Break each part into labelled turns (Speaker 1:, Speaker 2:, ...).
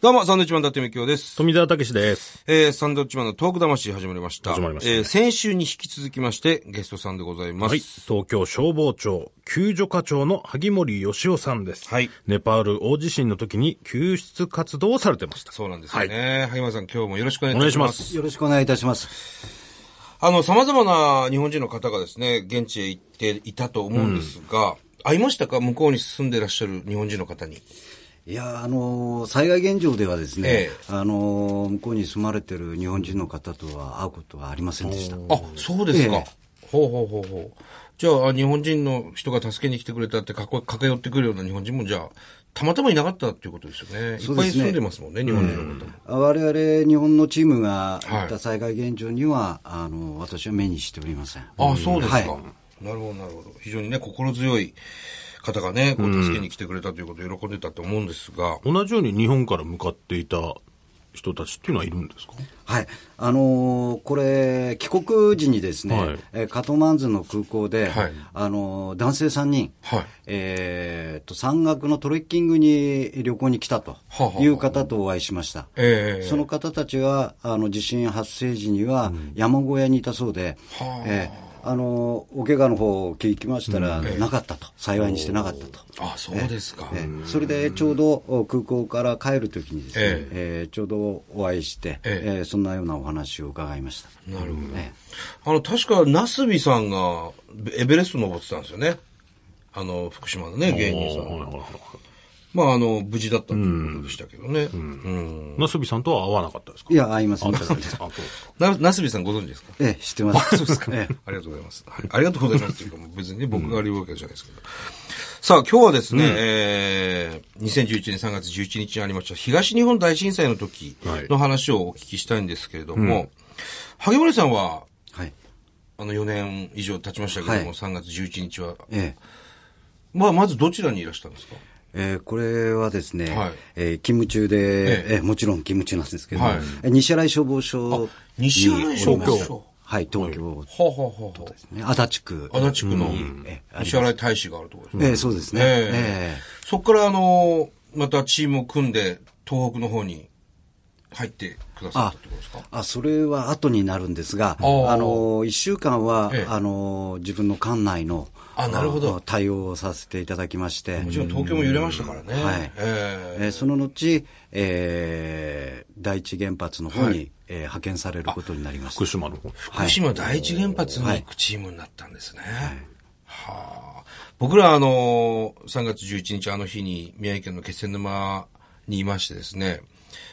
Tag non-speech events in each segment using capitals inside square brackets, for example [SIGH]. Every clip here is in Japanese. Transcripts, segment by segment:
Speaker 1: どうも、サンドウィッチマンだってみきおです。
Speaker 2: 富澤たけしです。
Speaker 1: えー、サンドウィッチマンのトーク魂始まりました。
Speaker 2: 始まりましたね
Speaker 1: えー、先週に引き続きまして、ゲストさんでございます。
Speaker 2: はい。東京消防庁救助課長の萩森義夫さんです。
Speaker 1: はい
Speaker 2: ネパール大地震の時に救出活動をされてました。
Speaker 1: そうなんですよね。萩村さん、今日もよろしくお願い
Speaker 2: お
Speaker 1: いた
Speaker 2: 願い
Speaker 1: し
Speaker 2: し
Speaker 1: ま。
Speaker 2: ますす。
Speaker 3: よろしくお願いいたします。
Speaker 1: あの、様々な日本人の方がですね、現地へ行っていたと思うんですが、会いましたか向こうに住んでらっしゃる日本人の方に。
Speaker 3: いや、あの、災害現状ではですね、
Speaker 1: ええ
Speaker 3: あの、向こうに住まれてる日本人の方とは会うことはありませんでした。
Speaker 1: あ、そうですか。
Speaker 3: え
Speaker 1: ほうほうほうほう。じゃああ、日本人の人が助けに来てくれたってかこ駆け寄ってくるような日本人も、じゃあ、たまたまいなかったっていうことですよね。い
Speaker 3: そ
Speaker 1: っ
Speaker 3: う
Speaker 1: ぱ
Speaker 3: で
Speaker 1: い
Speaker 3: すね
Speaker 1: 住んでますもんね、日本人の方も。
Speaker 3: 我々日本のチームが
Speaker 1: はい
Speaker 3: 行った災害現状には、あの私は目にしておりません。
Speaker 1: あ、そうですか。
Speaker 3: はい
Speaker 1: なるほど、なるほど。非常にね、心強い方がね、こう助けに来てくれたということを喜んでたと思うんですが、
Speaker 2: 同じように日本から向かっていた人たちっていうのはいるんですか
Speaker 3: はい、あのーこれ、帰国時にですね、
Speaker 2: はい
Speaker 3: えーカトマンズの空港で、
Speaker 1: はい
Speaker 3: あのー男性3人、
Speaker 1: はい
Speaker 3: えーっと山岳のトレッキングに旅行に来たと
Speaker 1: はあはあ
Speaker 3: いう方とお会いしました。
Speaker 1: ええ
Speaker 3: その方たちがあの地震発生時には山小屋にいたそうで、
Speaker 1: はあ
Speaker 3: えーあのーお怪我の方を聞きましたら、なかったと、幸いにしてなかったと。
Speaker 1: あ、そうですか。
Speaker 3: ええそれでちょうどお空港から帰るときにですね、
Speaker 1: え
Speaker 3: ええちょうどお会いして、
Speaker 1: え
Speaker 3: え
Speaker 1: え
Speaker 3: えそんなようなお話を伺いました。
Speaker 1: なるほど。
Speaker 3: え
Speaker 1: あの、確か、ナスビさんが、エベレスト登ってたんですよね。あの、福島のね、芸人さん。
Speaker 2: はいはいはい
Speaker 1: まあ、あの、無事だったということでしたけどね。うん
Speaker 2: なすびさんとは会わなかったですか
Speaker 3: えいや、会いません。
Speaker 2: あそう
Speaker 3: え
Speaker 2: ですかあそうですか
Speaker 1: な、なすびさんご存知ですか
Speaker 3: え、知ってます。そうですか。ええ
Speaker 1: ありがとうございます。はいありがとうございますというか、もう別にね僕が言うわけじゃないですけど。さあ、今日はですね、えー、2011年3月11日にありました東日本大震災の時の話をお聞きしたいんですけれども、萩森さんは、
Speaker 3: はい。
Speaker 1: あの4年以上経ちましたけれども、
Speaker 3: はい
Speaker 1: 3月11日は、
Speaker 3: ええ
Speaker 1: まあ、まずどちらにいらしたんですか
Speaker 3: ええこれはですね、
Speaker 1: はい
Speaker 3: ええ勤務中で、
Speaker 1: え
Speaker 3: ええもちろん勤務中なんですけど、
Speaker 1: はい
Speaker 3: え西新井消防署に
Speaker 1: 西新井消防署
Speaker 3: おりましたはい、東
Speaker 1: はあ、
Speaker 3: 京
Speaker 1: はあはあは
Speaker 3: ですね、足立区。
Speaker 1: あ、足立区の
Speaker 3: ええ
Speaker 1: 西新井大使があるところですね。
Speaker 3: ええそうですね。
Speaker 1: ええそこから、あの、またチームを組んで、東北の方に入ってくださったってことですか
Speaker 3: あそれは後になるんですが、あ
Speaker 1: ー
Speaker 3: の1週間は、
Speaker 1: ええ
Speaker 3: あの自分の管内の
Speaker 1: あなるほど
Speaker 3: あ対応をさせていただきまして、
Speaker 1: もちろん東京も揺れましたからね。
Speaker 3: はい
Speaker 1: ええ
Speaker 3: えーその後、えー第一原発の方に、えー派遣されることになりました
Speaker 2: 福。島の方。
Speaker 3: はい
Speaker 1: 福島第一原発に行くチームになったんですね。はあ。僕らあの、3月11日あの日に宮城県の気仙沼にいましてですね、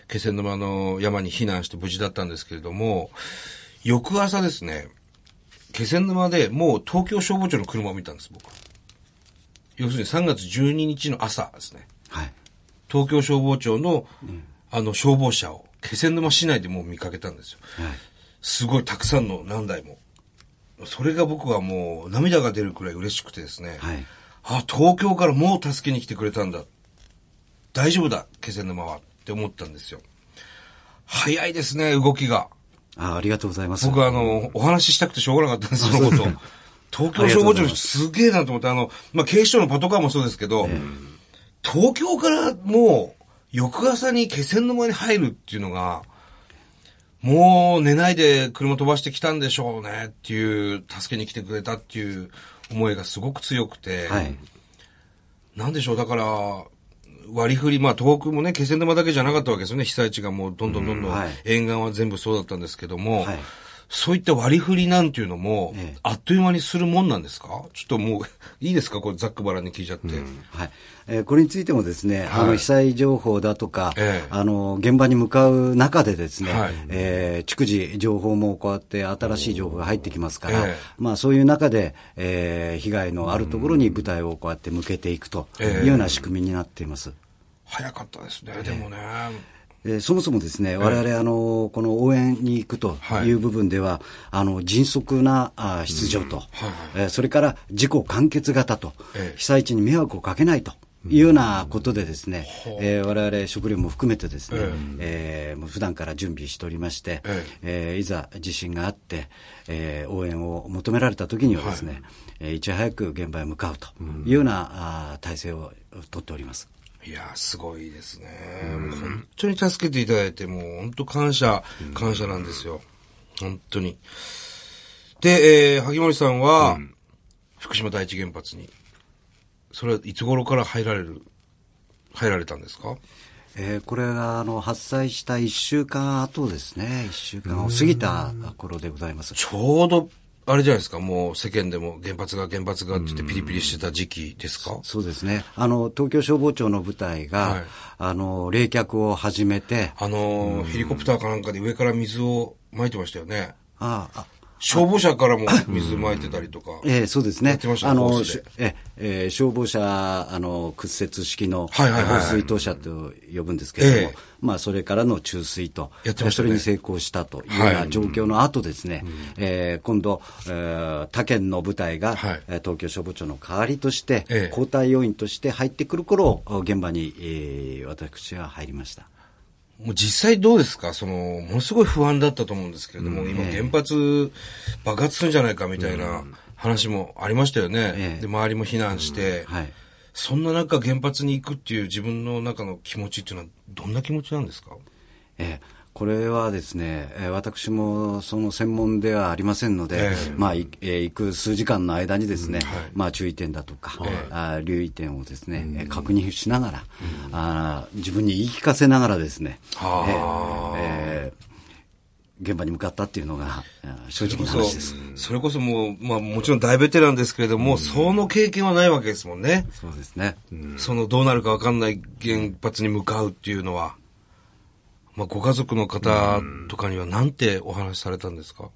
Speaker 1: 気仙沼の山に避難して無事だったんですけれども、翌朝ですね、気仙沼でもう東京消防庁の車を見たんです、僕。要するに3月12日の朝ですね。
Speaker 3: はい
Speaker 1: 東京消防庁の、あの、消防車を、気仙沼市内でもう見かけたんですよ。すごいたくさんの何台も。それが僕はもう涙が出るくらい嬉しくてですね。
Speaker 3: はい
Speaker 1: あ、東京からもう助けに来てくれたんだ。大丈夫だ、気仙沼は。って思ったんですよ。早いですね、動きが。
Speaker 3: あありがとうございます。
Speaker 1: 僕はあの、お話ししたくてしょうがなかったんです、そのこと。東京消防庁の人すげえなと思って、あの、まあ、警視庁のパトカーもそうですけど、東京からもう、翌朝に気仙沼に入るっていうのが、もう寝ないで車飛ばしてきたんでしょうねっていう、助けに来てくれたっていう思いがすごく強くて、
Speaker 3: はい、
Speaker 1: なんでしょう、だから、割り振り、まあ東北もね、気仙沼だけじゃなかったわけですよね、被災地がもうどんどんどんどん、
Speaker 3: うんはい
Speaker 1: 沿岸は全部そうだったんですけども、
Speaker 3: はい
Speaker 1: そういった割り振りなんていうのも、
Speaker 3: ええ
Speaker 1: あっという間にするもんなんですかちょっともう、いいですかこれざっくばらんに聞いちゃって。
Speaker 3: はいえーこれについてもですね、あの被災情報だとか、
Speaker 1: ええ
Speaker 3: あの現場に向かう中でですね、
Speaker 1: はい
Speaker 3: えー逐次情報もこうやって新しい情報が入ってきますから、
Speaker 1: ええ
Speaker 3: まあ、そういう中で、えー被害のあるところに部隊をこうやって向けていくとい
Speaker 1: ええ
Speaker 3: うような仕組みになっています。
Speaker 1: 早かったですね、でもね。
Speaker 3: えーそもそもですね、我々、あの、この応援に行くと
Speaker 1: はい
Speaker 3: いう部分では、あの、迅速なあー出場と、えーそれから自己完結型と
Speaker 1: ええ、
Speaker 3: 被災地に迷惑をかけないと。いうようなことでですね、えー我々食料も含めてですね、
Speaker 1: え
Speaker 3: えーもう普段から準備しておりまして、
Speaker 1: え
Speaker 3: えーいざ地震があって、えー応援を求められた時にはですね、えーいち早く現場へ向かうというような、あー体制を取っております。
Speaker 1: いやー、すごいですね。もう本当に助けていただいて、もう本当感謝、感謝なんですよ。本当に。で、えー、萩森さんは、福島第一原発に、それはいつ頃から入られる、入られたんですか
Speaker 3: えーこれがあの発災した1週間後ですね、1週間を過ぎた頃でございます。
Speaker 1: ちょうど、あれじゃないですか、もう世間でも原発が原発がって言ってピリピリしてた時期ですか
Speaker 3: そうですね、あの東京消防庁の部隊が、
Speaker 1: はい
Speaker 3: あの冷却を始めて、
Speaker 1: あのー、ヘリコプターかなんかで上から水を撒いてましたよね。
Speaker 3: ああ
Speaker 1: 消防車からも水撒いてたりとか。
Speaker 3: えーそうです
Speaker 1: や
Speaker 3: ね
Speaker 1: ってまし。た
Speaker 3: あ
Speaker 1: ホ
Speaker 3: の、
Speaker 1: ース
Speaker 3: し
Speaker 1: で
Speaker 3: ええー消防車、あの、屈折式の、
Speaker 1: はいはいはいはい
Speaker 3: 放水頭車と呼ぶんですけれども、
Speaker 1: ええ
Speaker 3: まあ、それからの注水と、
Speaker 1: やってました
Speaker 3: そ
Speaker 1: ね
Speaker 3: れに成功したというよう
Speaker 1: は
Speaker 3: ない状況の後ですね、えー今度、えー他県の部隊が、
Speaker 1: はい
Speaker 3: えー東京消防庁の代わりとして、
Speaker 1: ええ
Speaker 3: 交代要員として入ってくる頃、現場に、えー私は入りました。
Speaker 1: もう実際どうですかその、ものすごい不安だったと思うんですけれども、今原発爆発するんじゃないかみたいな話もありましたよね。
Speaker 3: ええ
Speaker 1: で、周りも避難して、
Speaker 3: はい。
Speaker 1: そんな中原発に行くっていう自分の中の気持ちっていうのはどんな気持ちなんですか
Speaker 3: ええこれはですね、えー私もその専門ではありませんので、
Speaker 1: ええ
Speaker 3: まあ、いえー行く数時間の間にですね、
Speaker 1: はい
Speaker 3: まあ、注意点だとか、
Speaker 1: え
Speaker 3: あー留意点をですね、えー確認しながら、あー自分に言い聞かせながらですね、
Speaker 1: はあ
Speaker 3: えーえー現場に向かったっていうのが、あー正
Speaker 1: それこ
Speaker 3: 直な
Speaker 1: そ
Speaker 3: 話です。、
Speaker 1: それこそもう、まあもちろん大ベテランですけれども、その経験はないわけですもんね。
Speaker 3: そうですね。
Speaker 1: そのどうなるかわかんない原発に向かうっていうのは。まあご家族の方とかにはなんてお話しされたんですか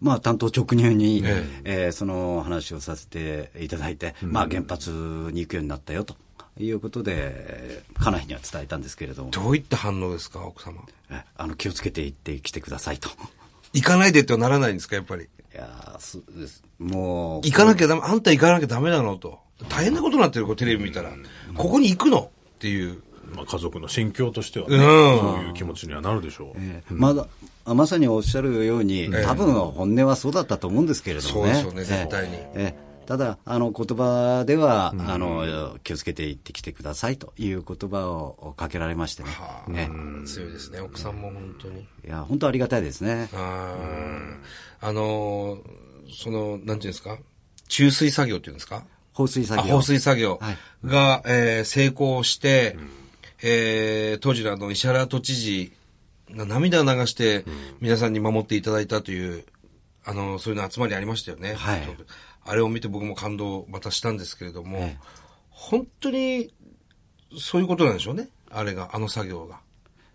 Speaker 3: まあ、担当直入に、
Speaker 1: え
Speaker 3: えーその話をさせていただいて、まあ、原発に行くようになったよということで、えー家内には伝えたんですけれども、
Speaker 1: どういった反応ですか、奥様。
Speaker 3: えあの気をつけて行ってきてくだ [LAUGHS] さいと。
Speaker 1: 行かないでってはならないんですか、やっぱり。
Speaker 3: いやーすすもう、
Speaker 1: 行かなきゃダメ、あんた行かなきゃダメなのと。大変なことになってる、こうテレビ見たら。ここに行くのっていう。
Speaker 2: まあ、家族の心境としては、
Speaker 1: う
Speaker 2: ね
Speaker 1: ん
Speaker 2: そういう気持ちにはなるでしょう。
Speaker 3: えーまだあまさにおっしゃるように、多分本音はそうだったと思うんですけれどもね。
Speaker 1: そうですよね絶対に
Speaker 3: えーえーただ、あの言葉では、あの気をつけて行ってきてくださいという言葉をかけられましてね。
Speaker 1: はあ
Speaker 3: えー
Speaker 1: 強いですね、奥さんも本当に。
Speaker 3: いや本当ありがたいですね。
Speaker 1: あーあのーその、なんていうんですか注水作業っていうんですか
Speaker 3: 放水作
Speaker 1: あ
Speaker 3: 業。
Speaker 1: 放水作業
Speaker 3: はい
Speaker 1: が、えー成功して、えー当時のあの、石原都知事が涙を流して、皆さんに守っていただいたという、あの、そういうの集まりありましたよね。
Speaker 3: はい
Speaker 1: あれを見て僕も感動またしたんですけれども、
Speaker 3: ええ
Speaker 1: 本当に、そういうことなんでしょうね。あれが、あの作業が。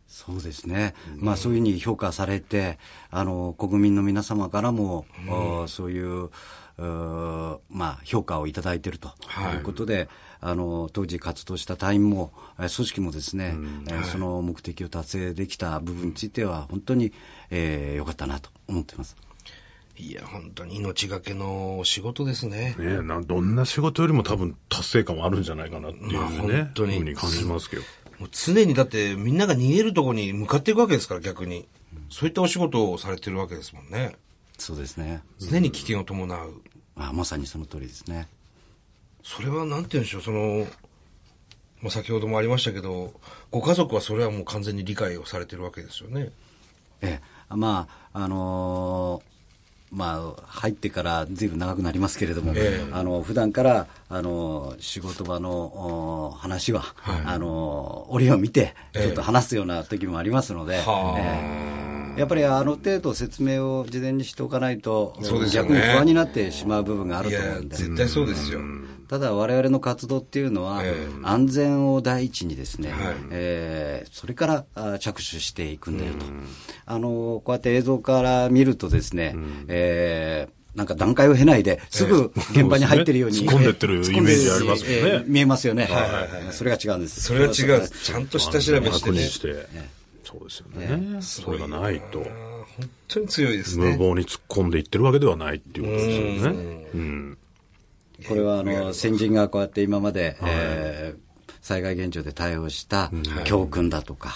Speaker 3: そうですね、まあ、そういうふうに評価されて、あの国民の皆様からも、おそういううーまあ、評価をいただいていると
Speaker 1: はい
Speaker 3: いうことで、あの当時活動した隊員も、えー組織もですね、えーその目的を達成できた部分については、本当に良、えー良かったなと思ってます。
Speaker 1: いや、本当に命がけの仕事ですね。
Speaker 2: ねえなどんな仕事よりも多分達成感はあるんじゃないかなっていうね、
Speaker 1: まあ本当に
Speaker 2: ふうに感じますけど。
Speaker 1: もう常にだってみんなが逃げるとこに向かっていくわけですから逆に。そういったお仕事をされてるわけですもんね。
Speaker 3: そうですね、
Speaker 1: 常に危険を伴う。
Speaker 3: あまさにその通りですね。
Speaker 1: それはなんて言うんでしょう、その、まあ、先ほどもありましたけど、ご家族はそれはもう完全に理解をされてるわけですよね。
Speaker 3: ええ、まあ、あのーまあ、入ってからずいぶん長くなりますけれども、
Speaker 1: ええ
Speaker 3: あの普段から、あの仕事場のお話は、あの折を見て、
Speaker 1: ええ
Speaker 3: ちょっと話すような時もありますので、
Speaker 1: はあ
Speaker 3: ええやっぱりあの程度説明を事前にしておかないと、
Speaker 1: そうですよね
Speaker 3: 逆に不安になってしまう部分がある
Speaker 1: い
Speaker 3: と思
Speaker 1: や、
Speaker 3: うんで。
Speaker 1: 絶対そうですよ。
Speaker 3: ただ、我々の活動っていうのは、
Speaker 1: ええ
Speaker 3: 安全を第一にですね、
Speaker 1: はい
Speaker 3: えーそれからあ着手していくんだよと、あのこうやって映像から見るとですね、えーなんか段階を経ないですぐ現場に入ってるように、
Speaker 2: そうですね突っ込んでってるイメージありますもんね
Speaker 3: えー見えますよね、それが違うんです。
Speaker 1: それは違うんです。ちゃんと下調べして
Speaker 2: 確認
Speaker 1: ね。
Speaker 2: して。そうですよね。それがないと、
Speaker 1: あー本当に強いです
Speaker 2: 無
Speaker 1: ね。
Speaker 2: 謀に突っ込んでいってるわけではないっていうことですよね。うん。。
Speaker 3: これはあの先人がこうやって今まで、えー災害現状で対応した教訓だとか、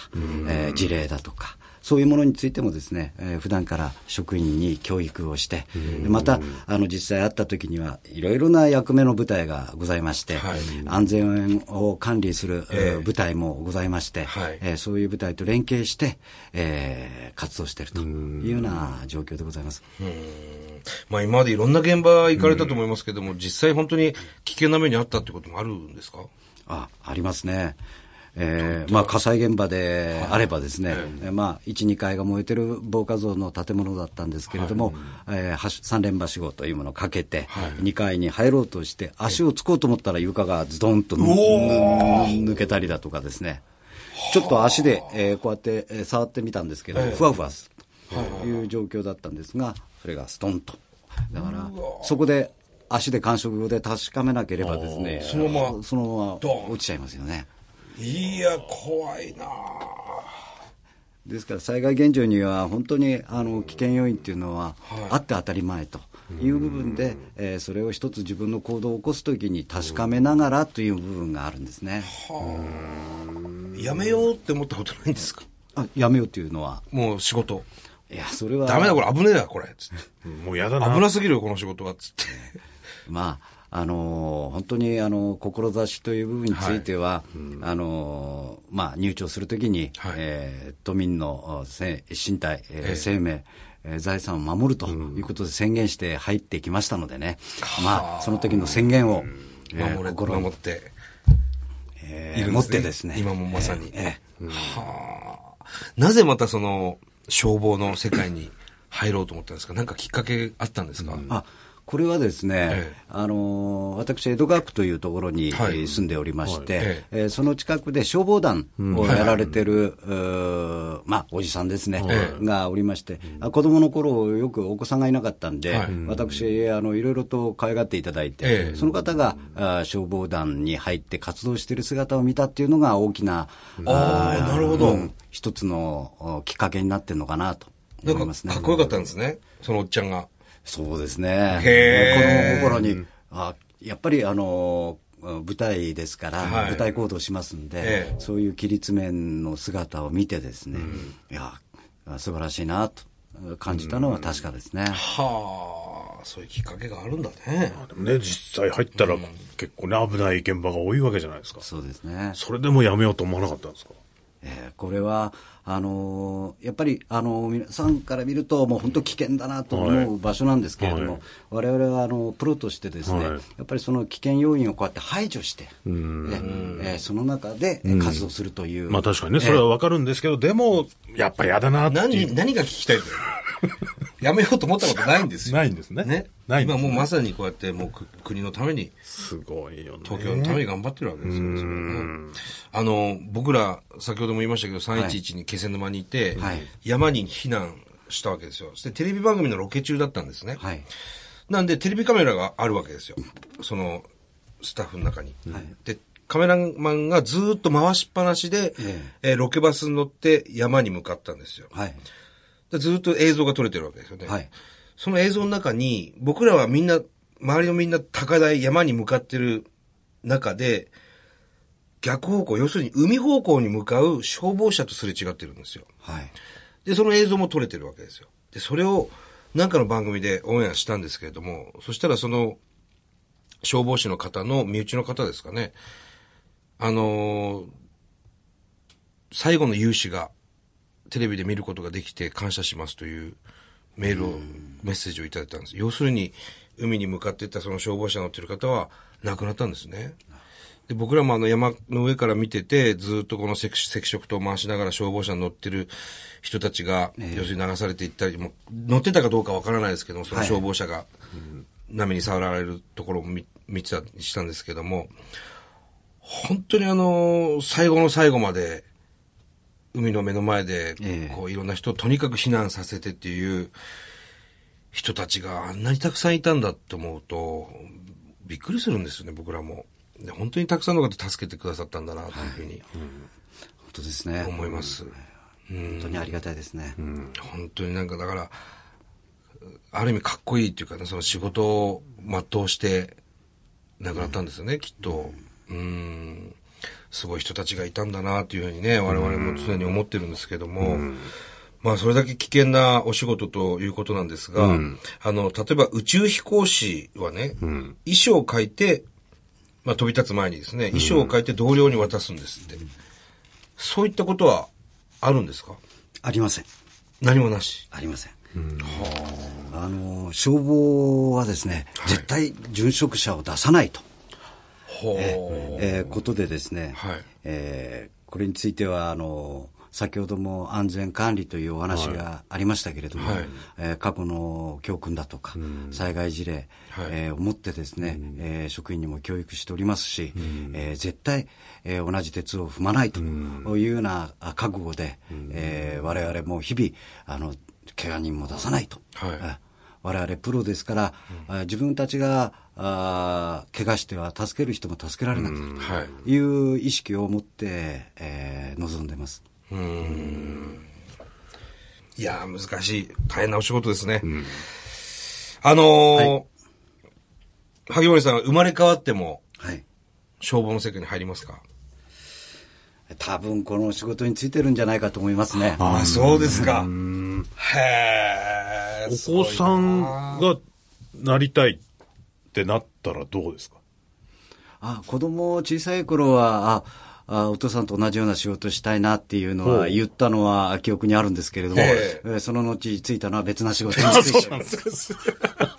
Speaker 3: えー事例だとか、そういうものについてもですね、えー、普段から職員に教育をして、また、あの、実際会った時には、いろいろな役目の部隊がございまして、はい、安全を管理する、えー、部隊もございまして、はい、えー、そういう部隊と連携して、えー、活動しているというような状況でございます。
Speaker 1: まあ、今までいろんな現場行かれたと思いますけれども、実際本当に危険な目にあったってこともあるんですか
Speaker 3: あありますね。えーまあ、火災現場であればですね、はい、まあ、1、2階が燃えてる防火像の建物だったんですけれども、はい、えー、三連橋号というものをかけて、はい、2階に入ろうとして、足をつこうと思ったら床がズドンと抜けたりだとかですね、ちょっと足で、えー、こうやって触ってみたんですけど、ふわふわするという状況だったんですが、それがストンと。だから、そこで足で感触で確かめなければですね、
Speaker 1: そのまま、
Speaker 3: そのまま落ちちゃいますよね。
Speaker 1: いや、怖いな
Speaker 3: ですから災害現状には本当にあの危険要因っていうのはあって当たり前という部分で、えー、それを一つ自分の行動を起こすときに確かめながらという部分があるんですね。
Speaker 1: やめようって思ったことないんですか
Speaker 3: あやめようっていうのは
Speaker 1: もう仕事。
Speaker 3: いや、それは。
Speaker 1: ダメだ、これ危ねえだ、これ。つって
Speaker 2: もうやだな。
Speaker 1: 危なすぎるよ、この仕事は。つって。
Speaker 3: まあ、あの本当にあの志という部分については、はいうん、あのまあ、入庁するときに、はい、えー、都民の身体、えー、生命、えー、財産を守るということで宣言して入ってきましたのでね、うん、まあ、その時の宣言を、
Speaker 1: うん、えー、守って、
Speaker 3: えー、いる、ね、持ってですね、
Speaker 1: 今もまさに。えー、はあ、なぜまたその消防の世界に入ろうと思ったんですか、なんかきっかけあったんですか。
Speaker 3: あこれはですね、ええ、あの私、江戸川区というところに、はい、住んでおりまして、はい、ええ、その近くで消防団をやられてる、うんはい、まあ、おじさんですね、がおりまして、うん、子供の頃よくお子さんがいなかったんで、私あの、いろいろと可愛がっていただいて、その方があ消防団に入って活動している姿を見たっていうのが大きな、
Speaker 1: あなるほど、うん、
Speaker 3: 一つのきっかけになってるのかなと
Speaker 1: 思いますね。か,かっこよかったんですね、そのおっちゃんが。
Speaker 3: そうですね。子供心に、あやっぱりあの、舞台ですから、はい、舞台行動しますんで、そういう規律面の姿を見てですね、うん、いや、素晴らしいなと感じたのは確かですね。うん、
Speaker 1: はあ、そういうきっかけがあるんだね。
Speaker 2: でもね、実際入ったら、結構ね、危ない現場が多いわけじゃないですか。
Speaker 3: そうですね。
Speaker 2: それでもやめようと思わなかったんですか
Speaker 3: えー、これはあのー、やっぱり、あのー、皆さんから見ると、もう本当危険だなと思う場所なんですけれども、われわれはあのプロとして、ですね、はい、やっぱりその危険要因をこうやって排除して、えー、その中で活動するという。
Speaker 2: まあ、確かにね、それは分かるんですけど、えー、でも、やっぱ嫌だなって
Speaker 1: 何何が聞きたいんだよ。やめようと思ったことないんですよ。
Speaker 2: ないんですね。
Speaker 1: ね。
Speaker 2: ない、
Speaker 1: ね、今もうまさにこうやってもう国のために。
Speaker 2: すごいよね。
Speaker 1: 東京のために頑張ってるわけですよ、ね。あの、僕ら、先ほども言いましたけど、311に気仙沼にいて、はい、山に避難したわけですよ。そしてテレビ番組のロケ中だったんですね。はい、なんで、テレビカメラがあるわけですよ。その、スタッフの中に。はい、でカメラマンがずっと回しっぱなしで、ええー、ロケバスに乗って山に向かったんですよ。はいずっと映像が撮れてるわけですよね。はい、その映像の中に、僕らはみんな、周りのみんな高台、山に向かってる中で、逆方向、要するに海方向に向かう消防車とすれ違ってるんですよ。はい、で、その映像も撮れてるわけですよ。で、それを、なんかの番組でオンエアしたんですけれども、そしたらその、消防士の方の、身内の方ですかね、あのー、最後の勇士が、テレビで見ることができて感謝しますというメールを、メッセージをいただいたんです。要するに、海に向かっていったその消防車乗ってる方は亡くなったんですね。で僕らもあの山の上から見てて、ずっとこの赤色灯を回しながら消防車に乗ってる人たちが、えー、要するに流されていったり、も乗ってたかどうかわからないですけども、その消防車が波に触られるところを見見てたりしたんですけども、本当にあの、最後の最後まで、海の目の前で、こう、いろんな人をとにかく避難させてっていう人たちがあんなにたくさんいたんだって思うと、びっくりするんですよね、僕らも。で本当にたくさんの方助けてくださったんだな、というふうに、はいうん、
Speaker 3: 本当ですね。
Speaker 1: 思います、、
Speaker 3: うん。本当にありがたいですね。うん
Speaker 1: 本当になんか、だから、ある意味かっこいいっていうかね、その仕事を全うして亡くなったんですよね、きっと。うんすごい人たちがいたんだなというふうにね、我々も常に思ってるんですけども、うん、まあ、それだけ危険なお仕事ということなんですが、あの、例えば宇宙飛行士はね、衣装を書いて、まあ、飛び立つ前にですね、衣装を書いて同僚に渡すんですって。そういったことはあるんですか
Speaker 3: ありません。
Speaker 1: 何もなし。
Speaker 3: ありません。あの消防はですね、絶対殉職者を出さないと、
Speaker 1: ほう。
Speaker 3: えーことでですね、
Speaker 1: はい
Speaker 3: えーこれについてはあの先ほども安全管理というお話がありましたけれども、
Speaker 1: はい
Speaker 3: えー過去の教訓だとか、災害事例、
Speaker 1: はい
Speaker 3: えーを持ってですね、えー職員にも教育しておりますし、えー絶対、えー同じ鉄を踏まないというようなあ覚悟で、えー我々も日々あの怪我人も出さないと、
Speaker 1: はい
Speaker 3: あ我々プロですから、あ自分たちがあ怪我しては助ける人も助けられなくなる
Speaker 1: はい。
Speaker 3: という意識を持って、えー臨んでます。
Speaker 1: いやー、難しい。大変なお仕事ですね。あのー萩森さんは生まれ変わっても
Speaker 3: はい
Speaker 1: 消防の世界に入りますか
Speaker 3: 多分この仕事についてるんじゃないかと思いますね。
Speaker 1: ああ、そうですか。へえ。
Speaker 2: お子さんがなりたいってなったらどうですか
Speaker 3: あ子供小さい頃はああお父さんと同じような仕事したいなっていうの
Speaker 2: ほう
Speaker 3: は言ったのは記憶にあるんですけれども、
Speaker 1: え
Speaker 3: えーその後ついたのは別な仕事について
Speaker 2: ですか。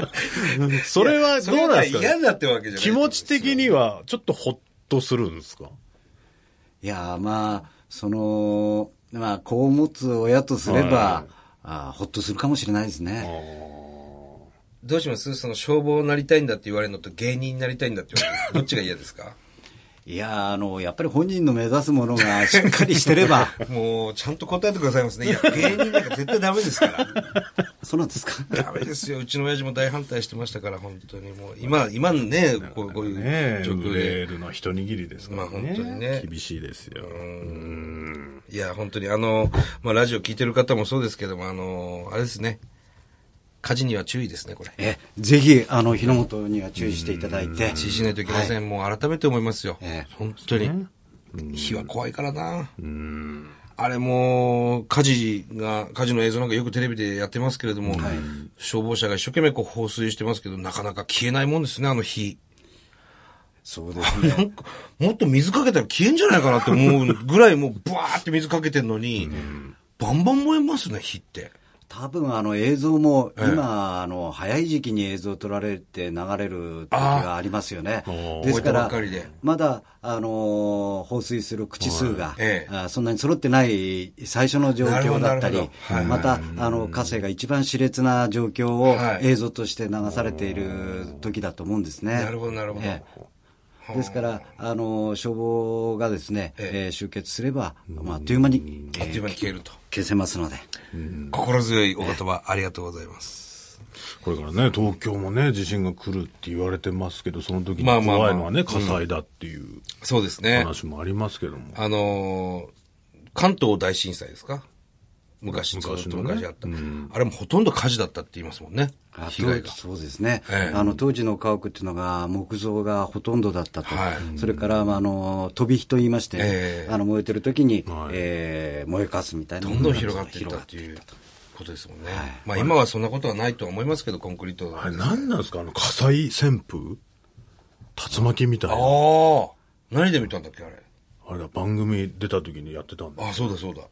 Speaker 2: [LAUGHS] それはど
Speaker 1: そう
Speaker 2: うなん
Speaker 1: な
Speaker 2: ですか
Speaker 1: 嫌
Speaker 2: ね
Speaker 1: になってわけじゃない。
Speaker 2: 気持ち的にはちょっとほっとするんですか
Speaker 3: いやーまあそのまあ子を持つ親とすれば、
Speaker 2: は
Speaker 3: あほっとするかもしれないですね。
Speaker 1: どうしますその消防になりたいんだって言われるのと芸人になりたいんだって言われるの。どっちが嫌です
Speaker 2: [LAUGHS]
Speaker 1: か
Speaker 3: いやーあのやっぱり本人の目指すも
Speaker 1: [LAUGHS]
Speaker 3: のがしっかりしてれば
Speaker 1: もう、ちゃんと答えてくださいますね。いや、芸人なんか絶対ダメですから。
Speaker 3: そうなんで
Speaker 1: [LAUGHS]
Speaker 3: すか。
Speaker 1: ダメですよ。うちの親父も大反対してましたから、本当にもう。今、今のね、こうこうい
Speaker 2: ね
Speaker 1: う
Speaker 2: え、
Speaker 1: 状況
Speaker 2: 売
Speaker 1: で
Speaker 2: れ。るのは一握りですからね。
Speaker 1: まあ本当にね
Speaker 2: 厳しいですよ。
Speaker 1: いや、本当にあの、まあ、ラジオ聞いてる方もそうですけども、あの、あれですね。火事には注意ですね、これ。
Speaker 3: えぜひあの火の元には注意していただいて。
Speaker 1: 注意しないといけません。もう改めて思いますよ。
Speaker 3: ええ
Speaker 1: 本当に。火は怖いからな。あれもう、火事が、火事の映像なんかよくテレビでやってますけれども、消防車が一生懸命こう放水してますけど、なかなか消えないもんですね、あの火。
Speaker 3: そうですね。
Speaker 1: [LAUGHS] なんか、もっと水かけたら消えんじゃないかなって思うぐらいもう、ブワーって水かけてんのに、バンバン燃えますね、火って。
Speaker 3: 多分あの映像も今、あの早い時期に映像撮られて流れる時がありますよね。で
Speaker 1: 覚
Speaker 3: すか
Speaker 1: えたばっ
Speaker 3: ら
Speaker 1: かりで
Speaker 3: まだあの放水する口数が、
Speaker 1: ええ
Speaker 3: あそんなに揃ってない最初の状況だっ
Speaker 1: な
Speaker 3: た
Speaker 1: るほどな
Speaker 3: り
Speaker 1: るほどはい、
Speaker 3: またあの火星が一番熾烈な状況を
Speaker 1: はい
Speaker 3: 映像として流されている時だと思うんですね。
Speaker 1: なるほど、なるほど。
Speaker 3: ええですから、あの消防がですね、
Speaker 1: ええ
Speaker 3: えー集結すれば、まあ、あっという間に、え
Speaker 1: あっという
Speaker 3: ー
Speaker 1: 間に消えると。
Speaker 3: 消せますので。
Speaker 1: 心強いお言葉、ありがとうございます。
Speaker 2: これからね、東京もね、地震が来るって言われてますけど、その時に
Speaker 1: まあ
Speaker 2: 怖
Speaker 1: まあまあ
Speaker 2: いのはね、火災だっていう
Speaker 1: そうですね。
Speaker 2: 話もありますけども。
Speaker 1: あのー関東大震災ですか昔、ずっ
Speaker 2: 昔
Speaker 1: と
Speaker 2: のね
Speaker 1: 昔あった、あれもほとんど火事だったって言いますもんね。
Speaker 3: あ
Speaker 1: 被害が
Speaker 3: 当。時そうですね、
Speaker 1: ええ
Speaker 3: あの当時の家屋っていうのが木造がほとんどだったと、
Speaker 1: はい
Speaker 3: それから、まあ、あの飛び火と言いまして、
Speaker 1: ええ
Speaker 3: あの燃えてる時に、
Speaker 2: はい
Speaker 3: えー燃えかすみたいな
Speaker 1: ど
Speaker 3: もの
Speaker 1: んどん広がっていっ
Speaker 3: 広
Speaker 1: た
Speaker 3: が
Speaker 1: っ
Speaker 3: ってて
Speaker 1: い
Speaker 3: いうっ
Speaker 1: ことですもんね。まあ今はそんなことはないとは思いますけど、コンクリート
Speaker 2: あれ何なんですかあの火災旋風竜巻みたい
Speaker 1: あ
Speaker 2: な。
Speaker 1: あ何で見たんだっけあれ。
Speaker 2: あれは番組出た時にやってたんで
Speaker 1: ああ、そうだそうだ。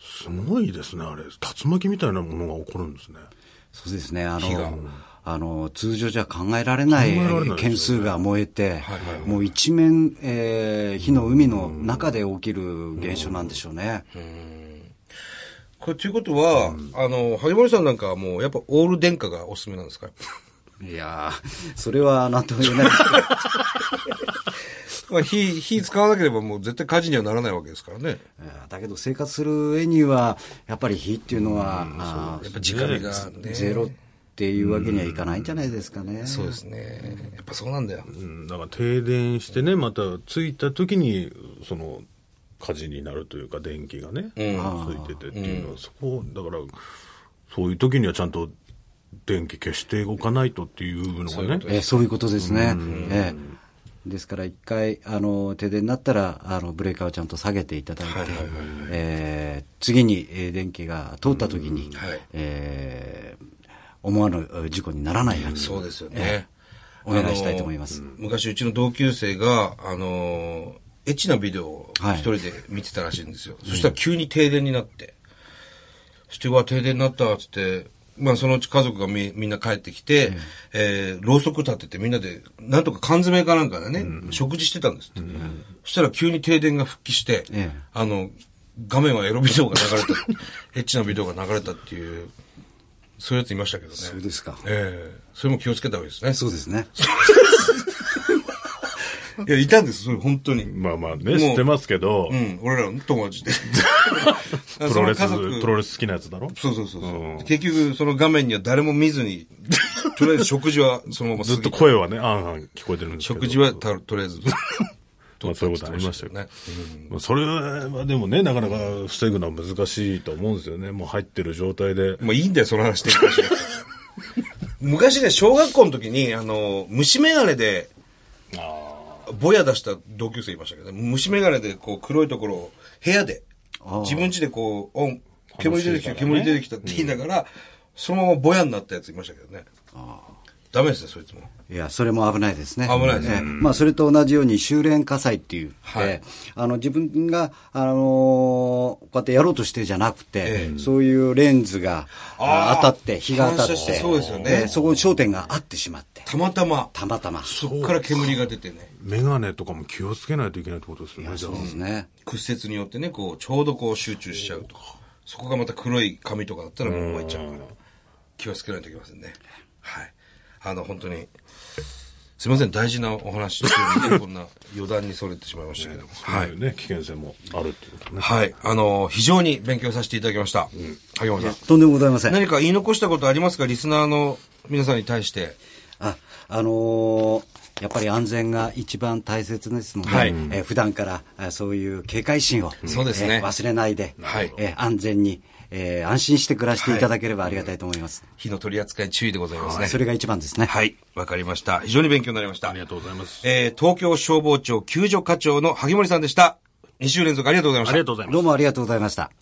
Speaker 2: すごいですね、あれ。竜巻みたいなものが起こるんですね。
Speaker 3: そうですねあ
Speaker 1: 火が
Speaker 3: のあの通常じゃ考えられない
Speaker 2: 考えられないですよね
Speaker 3: 件数が燃えて、
Speaker 1: はいはいはい
Speaker 3: もう一面、えー火の海の中で起きる現象なんでしょうね。
Speaker 1: これということは、あの、萩森さんなんかはもうやっぱオール電化がおすすめなん [LAUGHS] ですか
Speaker 3: いやー、それはなんとも言えないです
Speaker 1: [LAUGHS]
Speaker 3: けど。
Speaker 1: まあ火、火使わなければもう絶対火事にはならないわけですからね。
Speaker 3: えーだけど生活する上にはやっぱり火っていうのは、あー
Speaker 1: やっぱ直火がね。
Speaker 3: ゼロっていうわけにはいかないんじゃないですかね。
Speaker 1: そうですね。やっぱそうなんだよ。
Speaker 2: うん、だから停電してね、また着いた時に、その、火事になるというか、電気がね、ついててっていうのは、そこ、だから、そういう時にはちゃんと電気消しておかないとっていうのがね、
Speaker 3: えーそういうことですね。えーですから一回あの停電になったらあのブレーカーをちゃんと下げていただいて、えー次にえー電気が通った時に、
Speaker 1: はい
Speaker 3: えー思わぬ事故にならないように
Speaker 1: そうですよね。
Speaker 3: お願いしたいと思います
Speaker 1: あの昔、うちの同級生が、あの、エッチなビデオを
Speaker 3: はい
Speaker 1: 一人で見てたらしいんですよ。そしたら急に停電になって。そして、うわ、停電になった、つって、まあ、そのうち家族がみみんな帰ってきて、えーろうそく立ててみんなで、なんとか缶詰かなんかでね、食事してたんですって。そしたら急に停電が復帰して、
Speaker 3: ええ
Speaker 1: あの、画面はエロビデオが流れた、 [LAUGHS] エッチなビデオが流れたっていう、そういうやついましたけどね。
Speaker 3: そうですか
Speaker 1: ええそれも気をつけた方がいいですね。
Speaker 3: そうですね
Speaker 1: いや、いたんです、それ、本当に。
Speaker 2: まあま
Speaker 1: も
Speaker 2: あね、
Speaker 1: う
Speaker 2: 知ってますけど、
Speaker 1: うん、俺らの友達で。
Speaker 2: [LAUGHS] プロレス、
Speaker 1: その家族
Speaker 2: プロレス好きなやつだろ
Speaker 1: そうそうそうそう、
Speaker 2: うん
Speaker 1: 結局、その画面には誰も見ずに、 [LAUGHS] とりあえず食事はそのまま過ぎ
Speaker 2: ずっと声はね、あんあん聞こえてるんですけど。
Speaker 1: 食事はたとりあえず。
Speaker 2: まあそういうことありましたよ
Speaker 1: ね
Speaker 2: ね。まあそれはでもね、なかなか防ぐのは難しいと思うんですよね。もう入ってる状態で。
Speaker 1: まあいいんだよ、その話で。昔ね、小学校の時に、あの、虫眼鏡で、ぼや出した同級生いましたけど、ね、虫眼鏡で、こう、黒いところを、部屋で、自分家でこう、オン、煙出てきた、
Speaker 2: 楽しいからね
Speaker 1: 煙出てきたって言いながら、そのままぼやになったやついましたけどね。ダメですね、そいつも。
Speaker 3: いや、それも危ないですね。
Speaker 1: 危ないですね
Speaker 3: ええまあ、それと同じように修練火災っていう、
Speaker 1: はい
Speaker 3: あの自分が、あのーこうやってやろうとしてじゃなくて、
Speaker 1: え
Speaker 3: そういうレンズが
Speaker 1: あー
Speaker 3: あ当たって、日が当たっ
Speaker 1: 反射して
Speaker 3: て、
Speaker 1: そうですよね
Speaker 3: ええそこに焦点が合ってしまって、
Speaker 1: たまたま、
Speaker 3: たまたま。
Speaker 1: そっから煙が出てね、
Speaker 2: メガネとかも気をつけないといけないってことですよね、じゃ
Speaker 3: そうですね。
Speaker 1: 屈折によってね、こう、ちょうどこう集中しちゃうと。そこがまた黒い紙とかだったらもう燃えちゃうから、気をつけないといけませんね。はい。あの、本当に、すいません、大事なお話としてねこんな余談にそれてしまいましたけども。
Speaker 2: あ。
Speaker 1: はい。
Speaker 2: そううね、危険性もあるってことね。
Speaker 1: はい。あの、非常に勉強させていただきました。萩本さ
Speaker 3: とんでもございませ
Speaker 1: ん。
Speaker 3: ん。
Speaker 1: 何か言い残したことありますかリスナーの皆さんに対して。
Speaker 3: あ、あのーやっぱり安全が一番大切ですので、
Speaker 1: はい
Speaker 3: えー普段からあそういう警戒心を、
Speaker 1: そうですね
Speaker 3: えー忘れないで、
Speaker 1: はい
Speaker 3: えー安全に、えー安心して暮らしていただければありがたいと思います。
Speaker 1: 火の取り扱い注意でございますね。
Speaker 3: それが一番ですね。
Speaker 1: はい。わかりました。非常に勉強になりました。
Speaker 2: ありがとうございます。
Speaker 1: えー東京消防庁救助課長の萩森さんでした。2週連続ありがとうございまし
Speaker 2: あ
Speaker 1: た
Speaker 2: りが。とうございます
Speaker 3: どう。もありがとうございました。